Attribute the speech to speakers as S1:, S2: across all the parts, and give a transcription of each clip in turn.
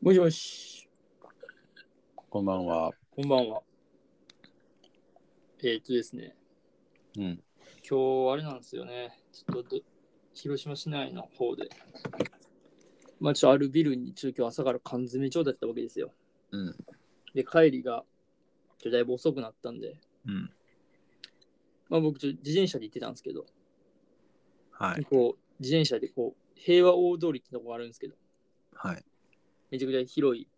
S1: もしもし、
S2: こんばんは。
S1: こんばんは。えーっとですね、
S2: うん。
S1: 今日あれなんですよね、ちょっとど広島市内の方で、まあ、ちょっとあるビルに中京朝から缶詰調達したわけですよ。
S2: うん。
S1: で、帰りがちょっとだいぶ遅くなったんで、
S2: うん。
S1: まあ、僕ちょっと自転車で行ってたんですけど、
S2: はい。
S1: こう自転車でこう平和大通りってとこがあるんですけど、
S2: はい。
S1: めちゃくちゃ広い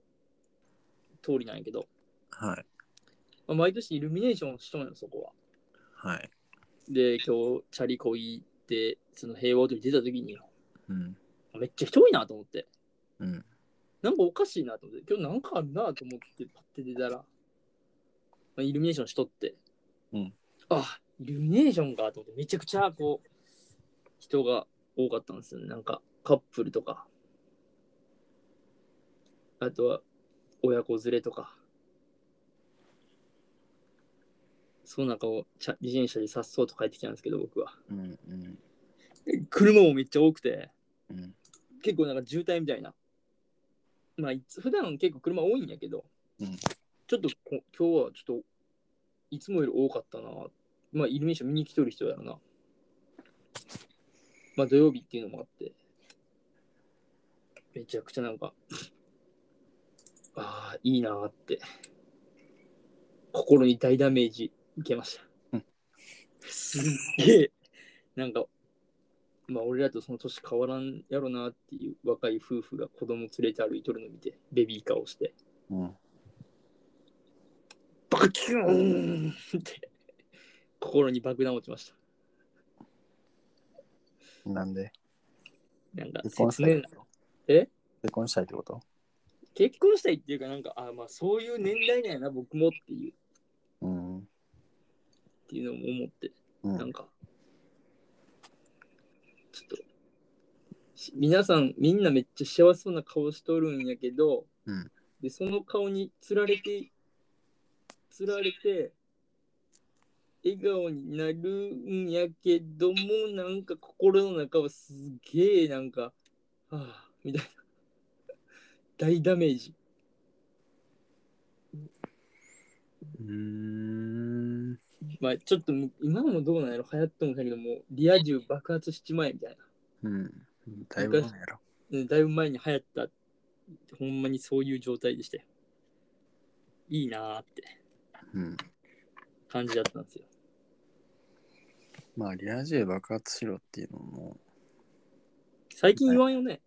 S1: 通りなんやけど、
S2: はい。
S1: まあ、毎年イルミネーションしとんよ、そこは。
S2: はい。
S1: で、今日、チャリこいって、その平和通り出た時に、
S2: うん。
S1: めっちゃ人多いなと思って、
S2: うん。
S1: なんかおかしいなと思って、今日なんかあるなと思って、パッて出たら、まあ、イルミネーションしとって、
S2: うん
S1: あ、イルミネーションかと思って、めちゃくちゃこう、人が多かったんですよね。なんかカップルとか、あとは親子連れとか、その中をちゃ自転車でさっそうと帰ってきたんですけど、僕は。
S2: うん。うん。
S1: 車もめっちゃ多くて、
S2: うん。
S1: 結構なんか渋滞みたいな。まあ、いつ普段結構車多いんやけど、
S2: うん
S1: ちょっとこ今日はちょっといつもより多かったな。まあ、イルミネーション見に来とる人やろな。まあ、土曜日っていうのもあって、めちゃくちゃなんか、 ああ、いいなーって、心に大ダメージ受けました
S2: うん。
S1: すっげえ、なんかまあ俺らとその年変わらんやろなっていう若い夫婦が子供連れて歩いとるの見てベビーカーをして
S2: うん。
S1: バキューンって心に爆弾落ちまし
S2: なんで
S1: たなんか
S2: 結婚し
S1: 説
S2: たい
S1: 明え
S2: 結婚したいってこと
S1: 結婚したいっていうかなんかあまあそういう年代なんやな僕もっていう
S2: うん。
S1: っていうのも思って
S2: う
S1: なん
S2: ん。
S1: かちょっとし皆さんみんなめっちゃ幸せそうな顔しとるんやけど、
S2: うん
S1: でその顔につられてつられて笑顔になるんやけどもなんか心の中はすげえなんかはあみたいな 大ダメージ
S2: うーん。
S1: まあちょっとむ今もどうなんやろ流行ってもんやけどもうリア充爆発しちまえみたいな
S2: うん。だいぶ前やろ。
S1: ねだいぶ前に流行った、ほんまにそういう状態でしたよ。いいなーって
S2: うん。
S1: 感じだったんですよ。
S2: まあ、リア充爆発しろっていうのも、
S1: 最近言わんよね。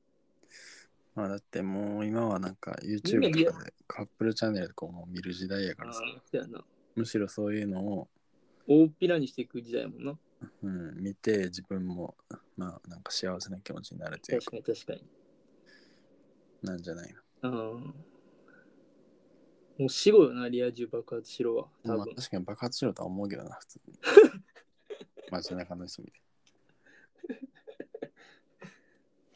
S2: まあ、だってもう今はなんか
S1: みん
S2: YouTube
S1: なリア
S2: とかでカップルチャンネルとかも見る時代やからさ、
S1: ああ、そうやな。
S2: むしろそういうのを、
S1: 大っぴらにしていく時代やもんな。
S2: うん、見て自分も、まあ、なんか幸せな気持ちになるという
S1: 確
S2: か、
S1: かに確かに。
S2: なんじゃないの
S1: うん。もう死後よな、リア充爆発しろは。多
S2: まあ、
S1: 分。
S2: 確かに爆発しろとは思うけどな、普通 に。街中の人みたい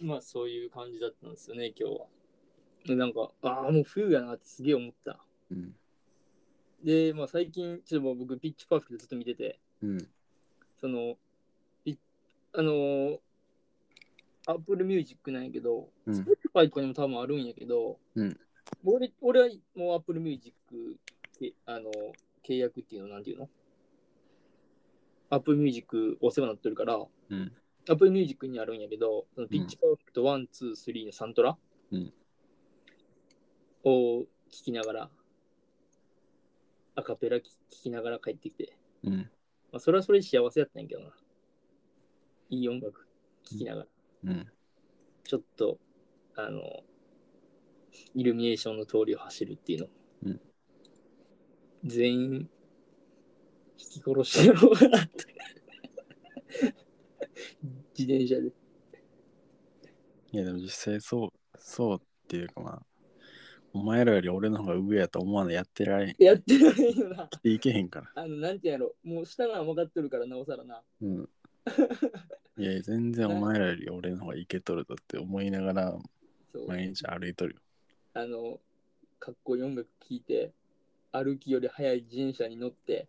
S1: まあそういう感じだったんですよね、今日は。なんか、ああ、もう冬やなってすげえ思った。
S2: に。
S1: で、まあ最近、ちょっともう僕、ピッチパーフェクトずっと見てて、
S2: うん。うん。
S1: その、いあのー、Apple Music なんやけど、
S2: うん
S1: Spotify とかにも多分あるんやけど、
S2: うん
S1: 俺俺はもう Apple Music け、あのー契約っていうのなんていうの ?Apple Music お世話になってるから、
S2: うん。
S1: Apple Music にあるんやけど、そのピッチパーフェクト1、2、3のサントラ、
S2: うん
S1: を聞きながら、アカペラ聞きながら帰ってきて、
S2: うん。
S1: まあ、それはそれで幸せやったんやけどな。いい音楽聴きながら、
S2: うん。
S1: ちょっと、あの、イルミネーションの通りを走るっていうの。
S2: うん
S1: 全員、引き殺してやろうかなって。自転車で。
S2: いや、でも実際そう、そうっていうかまあ、お前らより俺の方が上やと思わないやってられん。
S1: やってないよな。
S2: いけへんから。
S1: あの、なんていうんやろ。もう下が分かってるから、なおさらな。
S2: うん。 いや、全然お前らより俺の方がいけとるだって思いながら
S1: そう。
S2: 毎日歩いとるよ。
S1: あの、かっこいい音楽聴いて、歩きより速い自転車に乗って、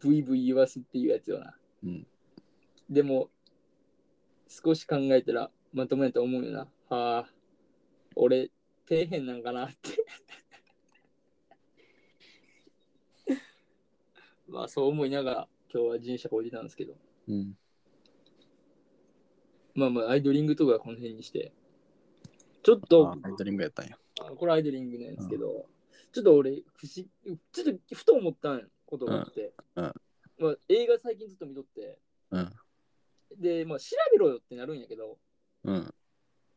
S1: ブイブイ言わすっていうやつよな。
S2: うん。
S1: でも、少し考えたらまとめたと思うよな。はあ、俺、底辺なんかなって まあそう思いながら今日は自転車こいでたんですけど
S2: うん。
S1: まあまあアイドリングとかはこの辺にしてちょっ
S2: あ
S1: と
S2: ー、ナイトリングやったんや。
S1: あこれアイドリングなんですけど、ちょっと俺不思ちょっとふと思ったことがあって、
S2: うんうん
S1: まあ、映画最近ずっと見とって
S2: うん。
S1: で、まあ、調べろよってなるんやけど
S2: うん。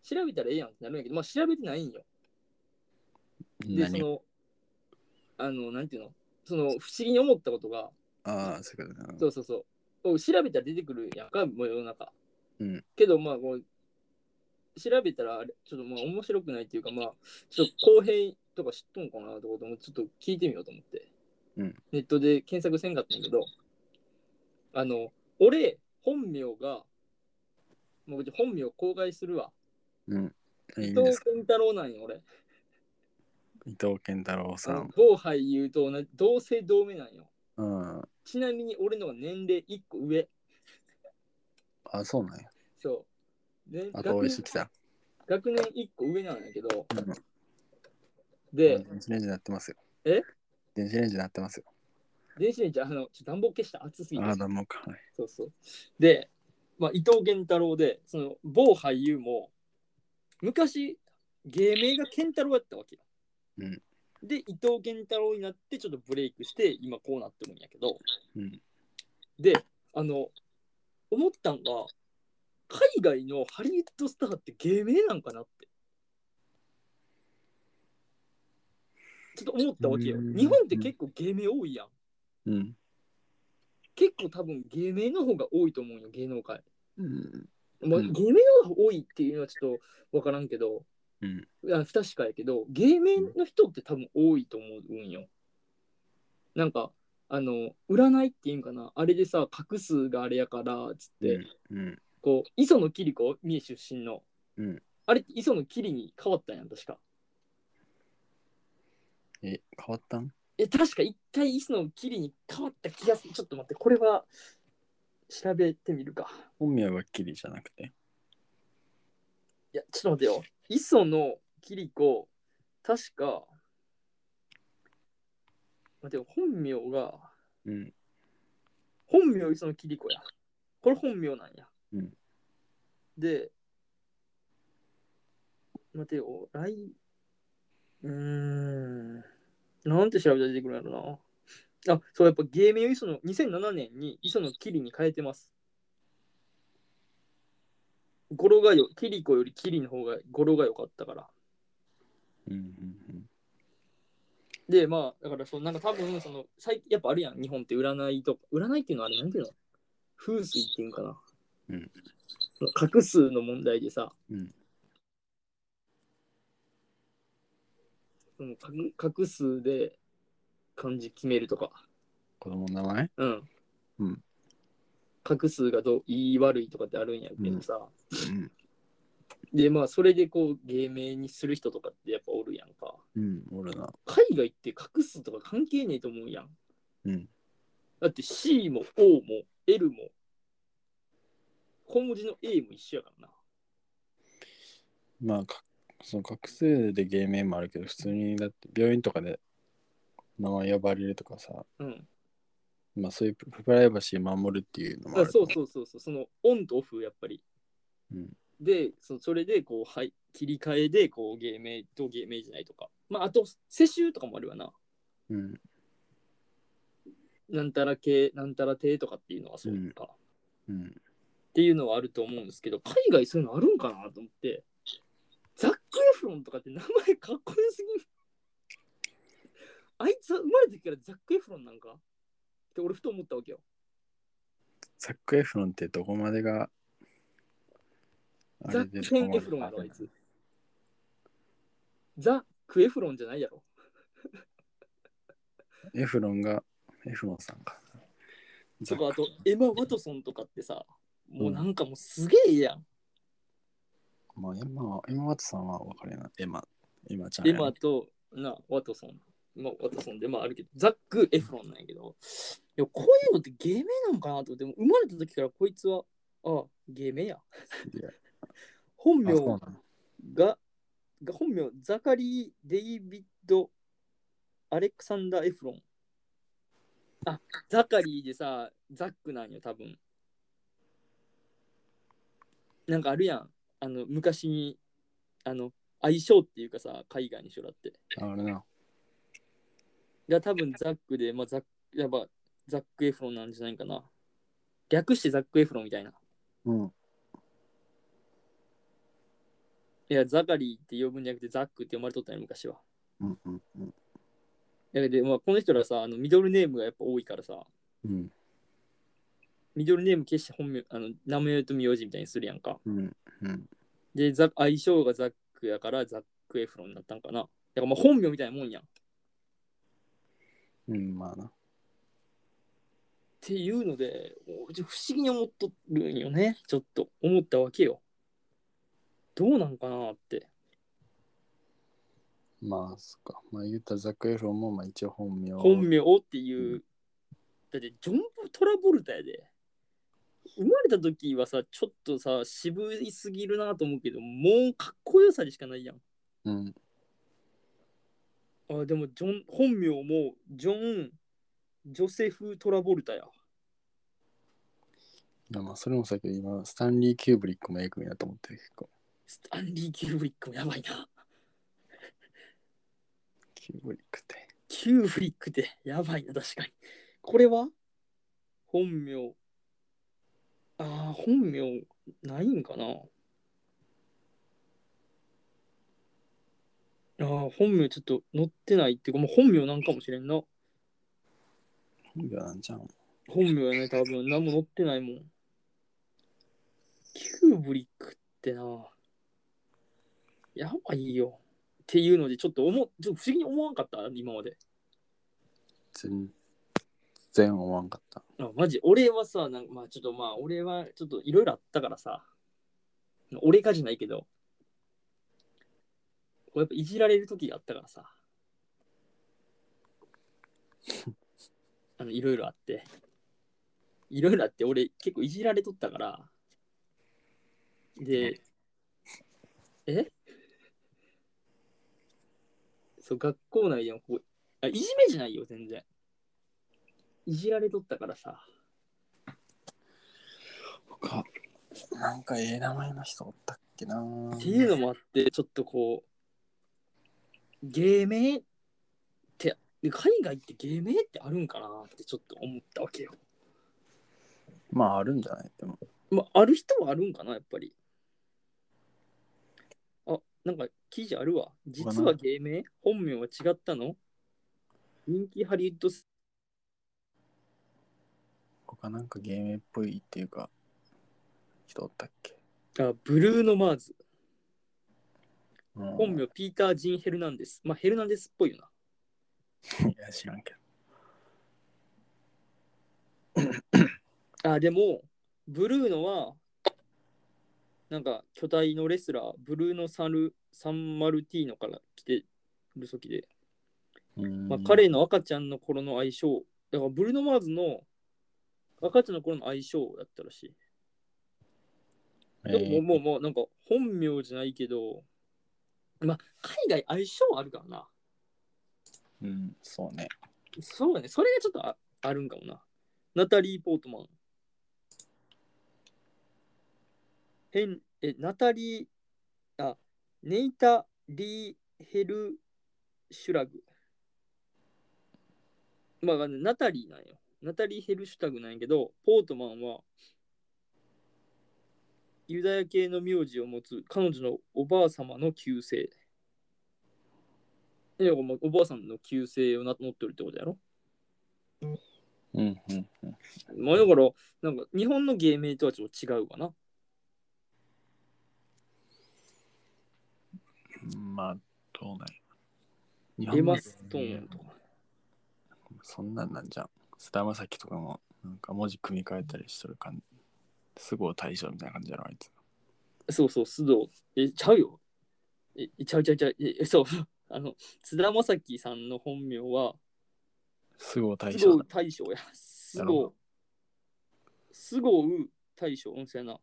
S1: 調べたらええやんってなるんやけど、まあ、調べてないんよでそ
S2: 何
S1: のあのなんていうのその不思議に思ったことが
S2: ああ、そういうことね
S1: そうそうそうお調べたら出てくるやんかもう世の中、
S2: うん
S1: けどまあこう調べたらあれちょっとまあ面白くないっていうかまあちょっと公平とか知っとんかなとかと思ってちょっと聞いてみようと思って、
S2: うん
S1: ネットで検索せんかったんやけどあの俺本名がもううち本名公開するわ
S2: うん。いい
S1: 伊
S2: ん
S1: 藤
S2: ですか。
S1: 健太郎なんよ俺
S2: 伊藤健太郎さん。
S1: 某俳優と同じ同姓同名なんよ
S2: うん。
S1: ちなみに俺のが年齢1個上
S2: あ、そうなんや。
S1: そうね
S2: あと、
S1: 学
S2: おい
S1: 年
S2: しきた。
S1: 学年1個上なんやけど、
S2: うん
S1: で、
S2: 電子レンジになってますよ。
S1: え
S2: 電子レンジになってますよ。
S1: 電子レンジ、あの、ちょ暖房消した、暑すぎて
S2: ああ、。なんもか。はい
S1: そうそう。で、まあ、伊藤健太郎で、その、某俳優も、昔、芸名が健太郎やったわけよ。
S2: うん
S1: で、伊藤健太郎になって、ちょっとブレイクして、今こうなってるんやけど、
S2: うん。
S1: で、あの、思ったんが、海外のハリウッドスターって芸名なんかなって。ちょっと思ったわけよ。
S2: うん
S1: 日本って結構芸名多いやん。
S2: うん。
S1: 結構多分芸名の方が多いと思うよ、芸能界。
S2: うん。
S1: まあ、
S2: うん
S1: 芸名の方が多いっていうのはちょっとわからんけど、
S2: うん
S1: いや不確かやけど、芸名の人って多分多いと思うんよ。なんか、あの、占いっていうんかな、あれでさ、画数があれやから、つって、
S2: うん。
S1: こう磯野桐子三重出身の、
S2: うん
S1: あれって磯野桐に変わったんやん確か
S2: え、変わったん
S1: え確か一回磯野桐に変わった気がするちょっと待ってこれは調べてみるか
S2: 本名はキリじゃなくて。
S1: いやちょっと待ってよ磯野桐子確か待ってよ本名が
S2: うん。
S1: 本名磯野桐子やこれ本名なんや、
S2: うん
S1: で待てよ来うーんなんて調べたら出てくるんやろなあそうやっぱ芸名を磯野2007年に磯野桐に変えてます語呂がよ桐子より桐の方が語呂が良かったから
S2: うん。うん
S1: でまあだからそうなんか多分その最やっぱあるやん日本って占いとか占いっていうのはあれなんていうの風水っていうんかな、
S2: うん、
S1: 画数の問題でさ、
S2: うん
S1: その画画数で漢字決めるとか
S2: 子供の名前
S1: うん、
S2: うん、
S1: 画数がどういい悪いとかってあるんやけどさ、
S2: うん。
S1: でまあそれでこう芸名にする人とかってやっぱおるやんか
S2: うん。俺な。
S1: 海外って画数とか関係ねえと思うやん
S2: うん。
S1: だって C も O も L も小文字の A も一緒やからな。
S2: まあ、かその学生で芸名もあるけど、普通にだって病院とかで名前呼ばれるとかさ、
S1: うん。
S2: まあそういうププライバシー守るっていうのもあ
S1: あ
S2: る
S1: そ
S2: と
S1: う
S2: 思
S1: そうそうそう、そのオンとオフやっぱり。
S2: うん
S1: でそ、それでこう、はい、切り替えでこう芸名と芸名じゃないとか。まああと、世襲とかもあるわな。
S2: う。うん。
S1: なんたら系、なんたら系とかっていうのはそうか。っ
S2: うん。
S1: ていうのはあると思うんですけど、海外そういうのあるんかなと思って。ザック・エフロンとかって名前かっこよすぎる。あいつは生まれた時からザック・エフロンなんかって俺ふと思ったわけよ。
S2: ザック・エフロンってどこまでがあ
S1: ザ・
S2: れ
S1: ク
S2: で
S1: エンエフロンやろ、あいつ。ザ・クエフロンじゃないやろ。
S2: エフロンが、エフロンさんか。ザ
S1: とか、あ
S2: ック
S1: と、エマ・ワトソンとかってさ、もうなんかもうすげえやん。
S2: まあ、エマ、エマ・ワトさんは分かるよな。エマ、エマちゃん
S1: エ
S2: やな。
S1: マと、な、ワトソン。まあ、ワトソンでもあるけど、ザック・エフロンなんやけど、いやこういうのって芸名なんかなと思って、でも生まれた時からこいつは、ああ、芸名や。
S2: いや
S1: 本名
S2: あそうなの
S1: がが本名、ザカリー・デイビッド・アレクサンダー・エフロン。あ、ザカリーでさ、ザックなんよ、多分。なんかあるやん。あの、昔に、あの、相性っていうかさ、海外にしろだって。
S2: あれな。
S1: が多分ザックで、まあ、ザック、やっぱザックエフロンなんじゃないかな。略してザックエフロンみたいな。
S2: うん。
S1: いや、ザカリーって呼ぶんじゃなくてザックって呼ばれとったんよ、昔は。
S2: うんうんうん。
S1: だけど、まあ、この人らさ、あのミドルネームがやっぱ多いからさ、
S2: うん
S1: ミドルネーム決して本名、あの名前と名字みたいにするやんか。
S2: うんうん。
S1: で、ザ相性がザックやからザックエフロンになったんかな。だからまあ本名みたいなもんやん。っ
S2: うん、まあな。
S1: ていうので、おちょ不思議に思っとるんよね。ちょっと思ったわけよ。どうなんかなって。
S2: まあ、そっか。まあ、言ったらザックエフロンも、まあ、一応本名。
S1: 本名っていう、
S2: う
S1: だってジョン・トラボルタやで生まれた時はさちょっとさ渋いすぎるなと思うけどもうかっこよさでしかないやん
S2: うん。
S1: あでもジョン本名もジョン・ジョセフ・トラボルタや
S2: いやまあ、それもさっき今、スタンリー・キューブリックもええ組やと思ってる、結構。
S1: スタンリー・キューブリックもやばいな
S2: キューブリックって。
S1: キューブリックって やばいな確かにこれは本名あー本名ないんかなあー本名ちょっと載ってないっていうかもう本名なんかもしれんな
S2: 本名なんじゃん。
S1: 本名やね多分何も載ってないもんキューブリックってなやばいよっていうのでちょっと思うちょっと不思議に思わんかった今まで
S2: 全然思わんかった。
S1: あマジ俺はさなんかまあちょっとまあ俺はちょっといろいろあったからさ俺がじゃないけどこうやっぱいじられる時があったからさあのいろいろあっていろいろあって俺結構いじられとったからでえそう学校内でもこうあいじめじゃないよ全然いじられとったからさ
S2: 他、なんかええ名前の人おったっけなっ
S1: っていうのもあってちょっとこう芸名ってで海外って芸名ってあるんかなってちょっと思ったわけよ、
S2: まあ、あるんじゃないでも。
S1: まあ、ある人はあるんかなやっぱりあなんか記事あるわ実は芸名本名は違ったの人気ハリウッドス
S2: 他なんか芸名っぽいっていうか、人おったっけ
S1: あブルーノ・マーズ
S2: 本
S1: 本名ピーター・ジン・ヘルナンデスまあヘルナンデスっぽいよない
S2: や、知らんけど。
S1: あ、でも、ブルーノは、なんか巨大のレスラー、ブルーノ・サル・サンマルティーノから来てる時で、まあ、彼の赤ちゃんの頃の相性、だからブルーノ・マーズの赤ちゃんの頃の相性だったらしい。でももう、もう、なんか本名じゃないけど、まあ、海外相性あるからな。
S2: うん、そうね。
S1: そうだね、それがちょっとああるんかもな。ナタリー・ポートマン。ヘンえ、ナタリー、あ、ネイタ・リー・ヘル・シュラグ。まあ、あのナタリーなんよ。ナタリー・ヘル・シュタグなんやけど、ポートマンは、ユダヤ系の名字を持つ彼女のおばあ様の旧姓。え、お前おばあさんの旧姓をな持ってるってことやろ
S2: うん、うん、うん。
S1: まあだから、なんか日本の芸名とはちょっと違うかな。
S2: まあ、どうなんや日
S1: エ
S2: の
S1: マストーンとか。
S2: そんなんなんじゃん。菅田将暉とかも、なんか文字組み替えたりしとる感じ。すぐ大将みたいな感じやろ、あいつ。
S1: そうそう、須藤。え、ちゃうよ。え、ちゃうちゃうちゃう。え、そう。 あの、菅田将暉さんの本名は、
S2: すぐ
S1: 須
S2: 大
S1: 藤
S2: 将だ。
S1: 大将や。須
S2: なるほ
S1: 藤
S2: ど。
S1: 須藤大将、うん、そやな。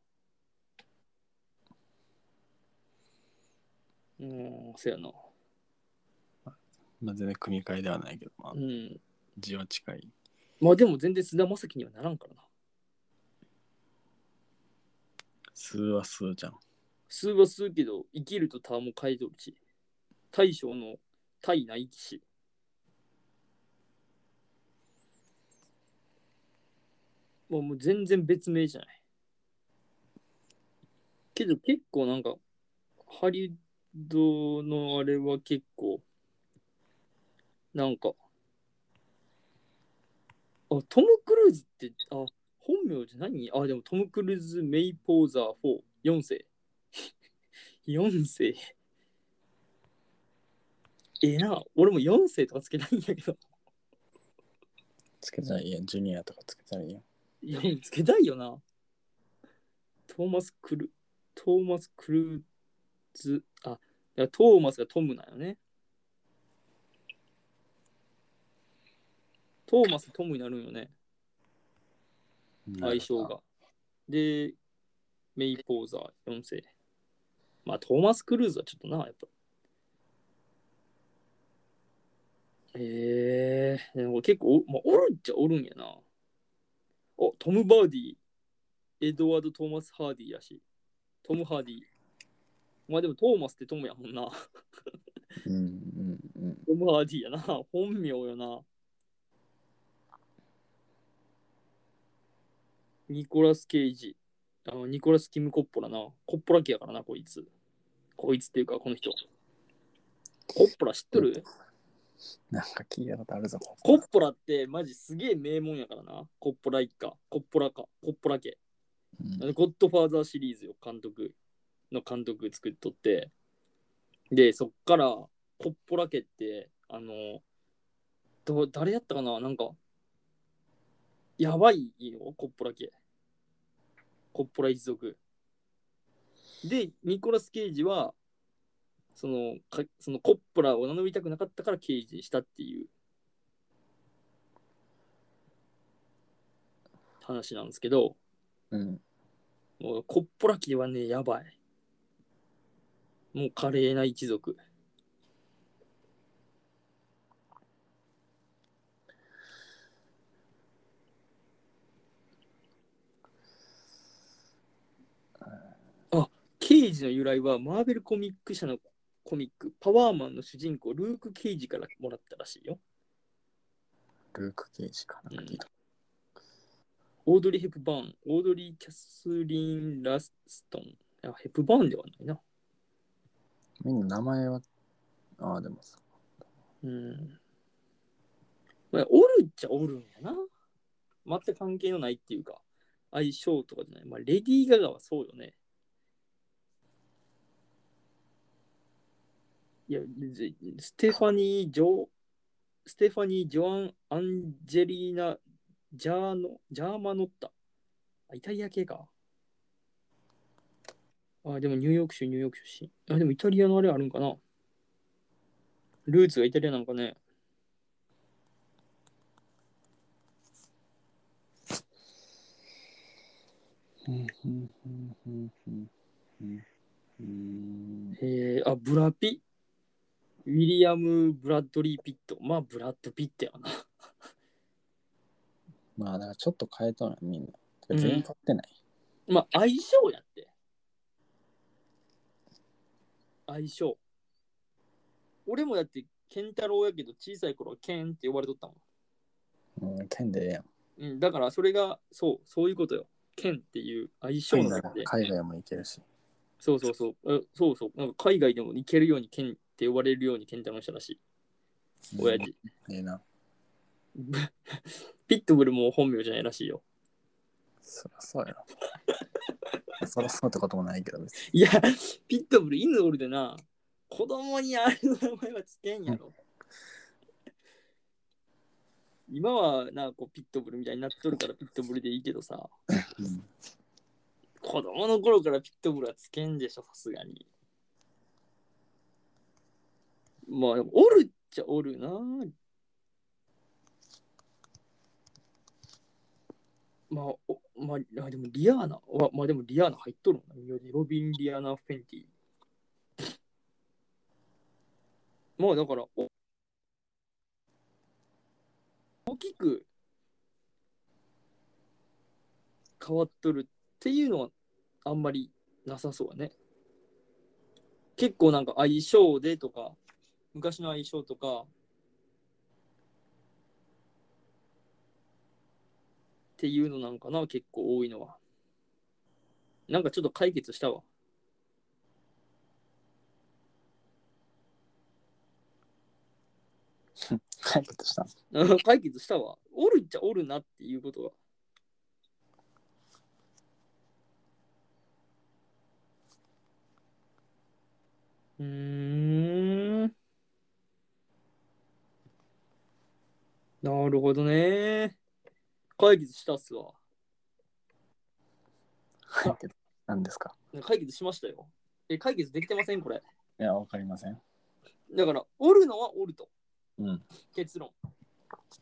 S1: うん、そうやな。
S2: まあ、全然組み替えではないけど、まあ
S1: う、ん。
S2: 字は近い。
S1: まあでも全然菅田将暉にはならんからな。
S2: 数は数じゃん。
S1: 数は数けど、生きると他も変えとるし。大将の大ないきし。まあもう全然別名じゃない。けど結構なんか、ハリウッドのあれは結構、なんか、あ、トム・クルーズって、あ、本名って何あ、でもトム・クルーズ・メイ・ポーザー4、4世。4世ええな俺も4世とかつけたいんやけど
S2: つけたらいいやん。ジュニアとかつけたらいいやん。
S1: 4つけたいよなトーマス・クルトーマス・クルーズあだからトーマスがトムなんよねトーマストムになるんよね相性がでメイ・ポーザー4世まあトーマス・クルーズはちょっとなやっぱええでも結構お,、まあ、おるっちゃおるんやなおトム・バーディエドワード・トーマス・ハーディやしトム・ハーディまあでもトーマスってトムやもんな
S2: うんうんうん。
S1: トム・ハーディやな。 本名よな。ニコラス・ケイジ。あのニコラス・キム・コッポラな。コッポラ家やからな、こいつ。こいつっていうか、この人。コッポラ知っとる
S2: なんか聞いたことあるぞ。
S1: コッポラってマジすげえ名門やからな。コッポラ一家、コッポラか、コッポラ家。
S2: うん
S1: あのゴッドファーザーシリーズよ、監督の監督作っとって、で、そっから、コッポラ家って、あの、ど誰やったかななんか、やばいよ、コッポラ家。コッポラ一族。で、ニコラス・ケイジは、その、かそのコッポラを名乗りたくなかったからケイジにしたっていう話なんですけど、
S2: うん。
S1: もうコッポラ家はね、やばい。もう華麗な一族。あ、ケイジの由来はマーベルコミック社のコミック、パワーマンの主人公、ルーク・ケイジからもらったらしいよ。
S2: ルーク・ケイジかなんか聞いた。
S1: オードリー・ヘプバーン、オードリー・キャスリン・ラストン。あ、ヘプバーンではないな。
S2: みんな名前は、ああ、でもさ。
S1: うん。まあ、おるっちゃおるんやな。全く関係のないっていうか、相性とかじゃない。まあ、レディー・ガガはそうよね。いや、ぜステファニー・ジョステファニー・ジョアン・アンジェリーナ・ジャーノ、ジャーマノッタ。あイタリア系か。あ、でもニューヨーク州、ニューヨーク出身。あ、でもイタリアのあれあるんかな。ルーツがイタリアなのかね。
S2: うんうんうんうんうんうんうん
S1: えー、あ、ブラピ。ウィリアム・ブラッドリー・ピット。まあ、ブラッド・ピットやな。
S2: まあ、だからちょっと変えたのよみんな。全員買ってない。
S1: まあ、相性やって。相性。俺もだって、ケンタロウやけど、小さい頃はケンって呼ばれとったもん。
S2: うん、剣でええやん。
S1: うん、だから、それが、そう、そういうことよ。ケンっていう相性
S2: 海
S1: にな
S2: 外
S1: って。
S2: 海外も行けるし。
S1: そうそうそう。えそうそう。なんか海外でも行けるようにケンって呼ばれるようにケンタロウしたらしい。親父。
S2: うんええな。
S1: ピットブルも本名じゃないらしいよ。
S2: そりゃそうやろ。そりゃそうってこともないけど、別に。
S1: いや、ピットブル犬おるでな、子供にあれの名前はつけんやろ。今はな、こうピットブルみたいになっとるからピットブルでいいけどさ、
S2: うん
S1: 子供の頃からピットブルはつけんでしょ、さすがに。まあ、でもおるっちゃおるな。まあ、おまあ、あでもリアーナは、まあでもリアーナ入っとるもんな。ロビン・リアーナ・フェンティ。まあだからお大きく変わっとるっていうのはあんまりなさそうやね。結構なんか相性でとか昔の相性とかっていうのなんかな結構多いのは。なんかちょっと解決したわ。
S2: 解決した。
S1: うん 解決したわ。おるっちゃおるなっていうことは。うーん。なるほどね。解決したっすわ。
S2: 解決なんですか
S1: 解決しましたよ。え、解決できてませんこれ。
S2: いや、わかりません。
S1: だから、おるのはおると。
S2: うん。
S1: 結論。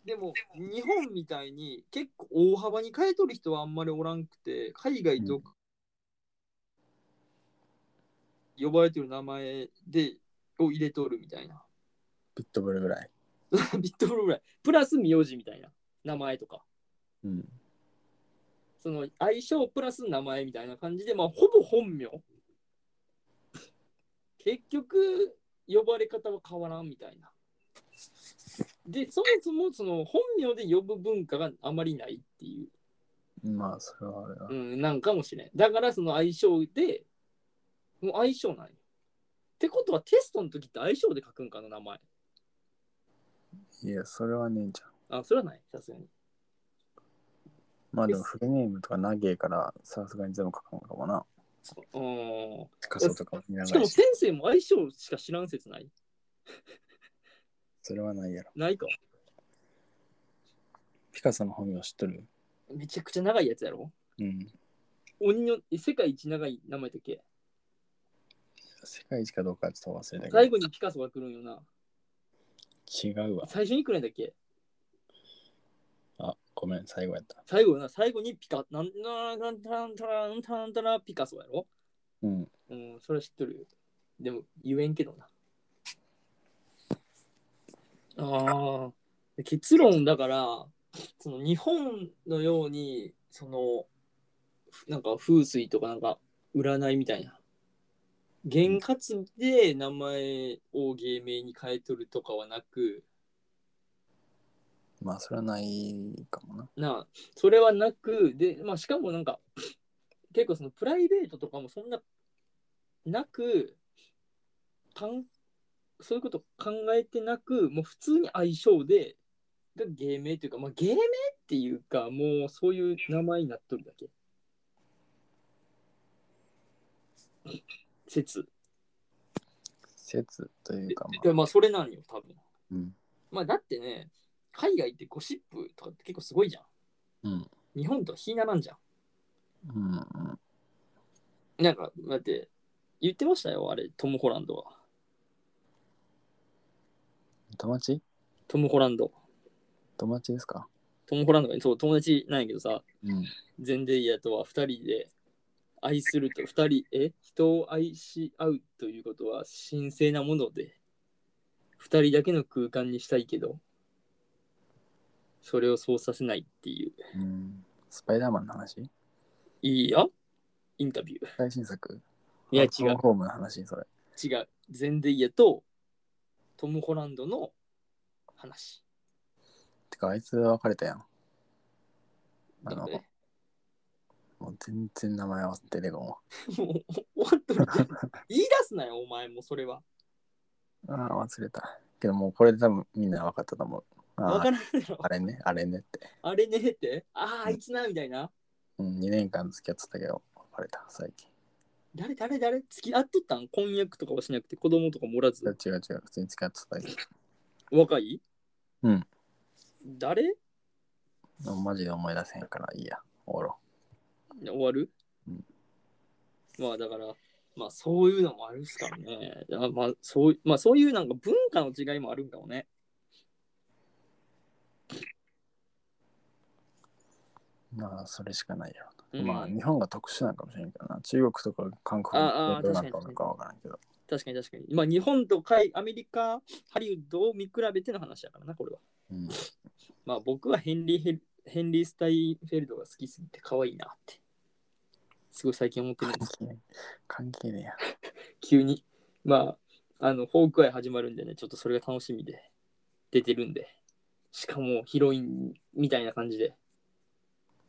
S1: でも日本みたいに結構大幅に変えとる人はあんまりおらんくて海外と、呼ばれてる名前でを入れとるみたいな
S2: ピットブルぐらい。
S1: ビットフルぐらいプラス名字みたいな名前とか
S2: うん。
S1: その相性プラス名前みたいな感じでまあほぼ本名結局呼ばれ方は変わらんみたいなでそもそもその本名で呼ぶ文化があまりないっていう
S2: まあ、それはあれだ
S1: う。ん、なんかもしれん。だからその相性で、もう相性なんよ。ってことはテストの時って相性で書くんかな、名前。
S2: いや、それはねえじゃん。
S1: あ、それはない、さすがに。
S2: まあでも、フルネームとか長えから、さすがに全部書かんかもな。
S1: う。
S2: 仮想とかも見なん
S1: し
S2: が
S1: からも
S2: し。
S1: 先生も相性しか知らん説ない
S2: それはないやろ。
S1: ないか。
S2: ピカソの本名知っとる
S1: めちゃくちゃ長いやつやろ。
S2: うん。
S1: 鬼のえ世界一長い名前だっけ
S2: 世界一かどうかはちょっと忘れた
S1: 最
S2: け
S1: 後にピカソが来るんよな。
S2: ど。違うわ。
S1: 最初に来るんだっけ
S2: あ、ごめん、最後やった。
S1: 最後よな、最後にピカ、なんなんなんなんたらんたらんたらピカソやろ
S2: うん。
S1: うん、それは知っとるよ。でも、言えんけどな。ああ。で結論だから、その日本のように、その、ふなんか風水とかなんか占いみたいな。験担で名前を芸名に変えとるとかはなく、
S2: まあ、それはないかもな。
S1: なあそれはなく、で、まあしかもなんか、結構そのプライベートとかもそんな、なく、かんそういうこと考えてなく、もう普通に相性で、が芸名というか、まあ芸名っていうか、もうそういう名前になっとるだけ。説。
S2: 説というか、ま
S1: で、まあそれなんよ、多分。
S2: あ。うん。
S1: まあだってね、海外ってゴシップとかって結構すごいじゃん。
S2: うん。
S1: 日本とは非ならんじゃん。
S2: うん。うん
S1: なんか、だって、言ってましたよ、あれ、トム・ホランドは。
S2: 友達
S1: トム・ホランド。
S2: 友達ですか
S1: トム・ホランドが、そう、友達なんやけどさ、
S2: うん。
S1: ゼンデイヤとは2人で、愛すると、2人、え、人を愛し合うということは神聖なもので、2人だけの空間にしたいけど、それをそうさせないっていう、
S2: うん、スパイダーマンの話
S1: いいやインタビュー。
S2: 最新作
S1: いや、
S2: アット
S1: 違う。
S2: ホームの話それ。
S1: 違う。ゼンデイヤとトム・ホランドの話。
S2: てか、あいつは別れたやん。あ
S1: だ
S2: の
S1: っ、て
S2: もう全然名前合わせてレゴも。
S1: もう終わっとる。言い出すなよ、お前もそれは。
S2: ああ、忘れた。けどもうこれで多分みんな分かったと思う。あ
S1: わ
S2: あ
S1: からんやろ。
S2: あれね、あれねって。
S1: あれねって。ああ、あいつな、みたいな。
S2: うん、2年間付き合ってたけど、別れた、最近。
S1: 誰誰誰付き合っとったん婚約とかはしなくて子供とかもおらず
S2: 違。う違う、普通に付き合ってただけ。
S1: 若い
S2: うん。
S1: 誰
S2: もうマジで思い出せへんからいいや。おろ
S1: 終わる、
S2: うん
S1: まあだから、まあそういうのもあるっすからね。あまあそうまあ、そういうなんか文化の違いもあるんかもね。
S2: う。まあ、それしかないやろな。
S1: うん
S2: まあ日本が特殊なんかもしれんけどな中国とか韓国
S1: ああ
S2: どうなんか
S1: 確かに
S2: なんかわからんけど
S1: 確かに確かに。まあ日本と海アメリカ、ハリウッドを見比べての話だからな、これは。
S2: うん
S1: まあ僕はヘンリー・ヘルヘンリースタインフェルドが好きすぎて可愛いなって。すごい最近思ってるんです。
S2: 関係ねえや
S1: 急に。まあ、あの、ホークアイ始まるんでね、ちょっとそれが楽しみで、出てるんで。しかもヒロインみたいな感じで。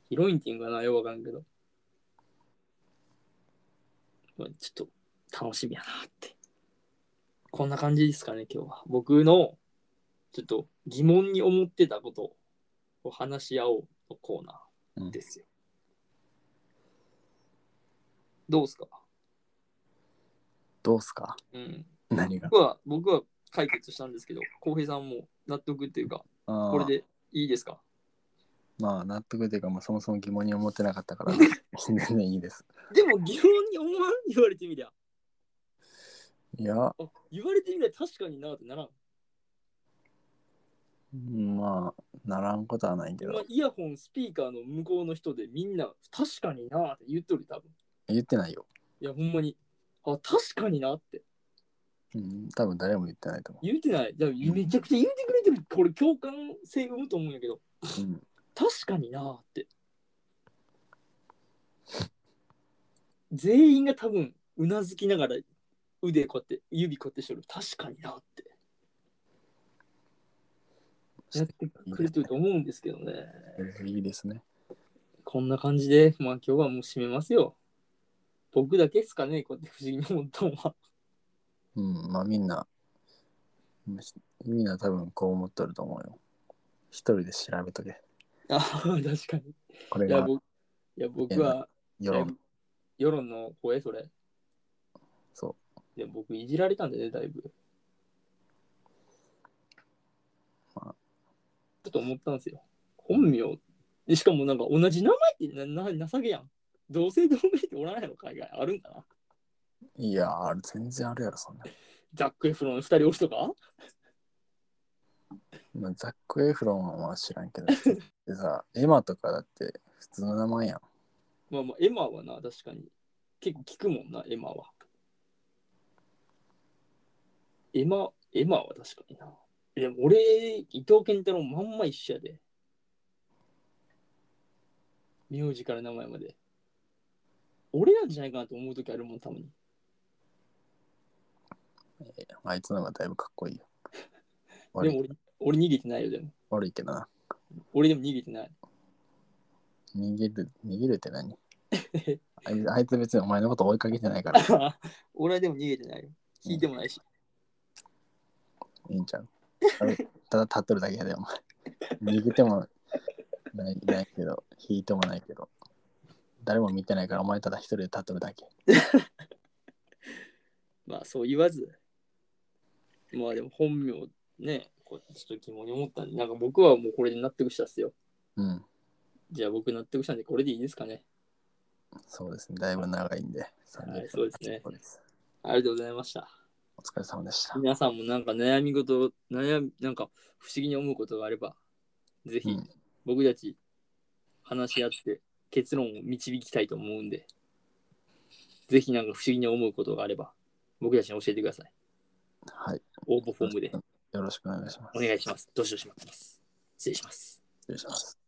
S1: ヒロインっていうのかな、よくわかんないけど。まあ、ちょっと楽しみやなって。こんな感じですかね、今日は。僕の、ちょっと疑問に思ってたことを話し合おうのコーナーですよ。どうですか
S2: どうすか
S1: うん。
S2: 何が
S1: 僕は僕は解決したんですけど、浩平さんも納得っていうか、
S2: こ
S1: これでいいですか
S2: まあ納得というか、まあ、そもそも疑問に思ってなかったから 全然いいです
S1: でも疑問に思わん言われてみりゃ。
S2: いやま
S1: あ言われてみりゃ確かになってならん。
S2: あならんことはないけ
S1: 今
S2: ど
S1: イヤホン、スピーカーの向こうの人でみんな確かになって言っとる多分。
S2: 言ってないよ、
S1: いやほんまに。あ確かになって
S2: うん、多分誰も言ってないと思
S1: 言うてない。だからめちゃくちゃ言うてくれてる。これ共感性生むと思うんやけど、
S2: う、うん、
S1: 確かになって。全員が多分うなずきながら腕こうやって指こうやってしとる。確かになって。やってくれてると思うんですけどね。
S2: いいですね
S1: こんな感じで、まあ今日はもう締めますよ。僕だけっすかね、こうやって不思議に思ったのは。
S2: うんまあみんなうんみんな多分こう思っとると思うよ一人で調べとけ
S1: あー 確かに。
S2: これ
S1: いや、
S2: が
S1: 僕いや僕は
S2: 世論
S1: 世論の声、それ。
S2: そ
S1: いや、僕いじられたんでね、だいぶ。
S2: まあ
S1: ちょっと思ったんですよ。本名、でしかもなんか同じ名前ってなな情けやん。同姓同名っておらないの海外あるんかな
S2: ういやー全然あるやろそんな、
S1: ザック・エフロンの二人おるとか
S2: まあ、ザック・エフロンはまあ知ら んけどでさエマとかだって普通の名前やん
S1: まあまあ、エマはな、確かに。結構聞くもんな、エマは。エマ、エマは確かにな。でも俺、伊藤健太郎まんま一緒やで。名字から名前まで。俺なんじゃないかなと思う時あるもん、たまに。
S2: あいつの方がだいぶかっこいいよ。
S1: で
S2: 悪
S1: も
S2: い
S1: 俺、俺逃げてないよ、でも。
S2: 悪いけどな。
S1: 俺でも逃げてない。
S2: 逃げる、逃げるって何あいあいつ別にお前のこと追いかけてないから、
S1: 俺はでも逃げてないよ。聞いてもないし。
S2: いいんちゃうただただ立っとるだけやで、お前。逃げてもないないけど、引いてもないけど。誰も見てないから、お前ただ一人で立っとるだけ。
S1: まあそう言わず、まあでも本名ね、こうちょっと疑問に思ったんで、なんか僕はもうこれで納得したっすよ。
S2: うん、
S1: じゃあ僕納得したんで、これでいいですかね。
S2: そうですね。だいぶ長いんで。
S1: はいそうですね
S2: そうです
S1: ありがとうございました。
S2: お疲れ様でした。
S1: 皆さんもなんか悩み事、悩み、なんか不思議に思うことがあれば、ぜ
S2: う
S1: ひ
S2: ん
S1: 僕たち話し合って結論を導きたいと思うんで、ぜひなんか不思議に思うことがあれば、僕たちに教えてください。
S2: はい。
S1: 応募フォームで
S2: よろしくお願いします。
S1: お願いします。どしどし待ってます。失礼します。
S2: 失礼します。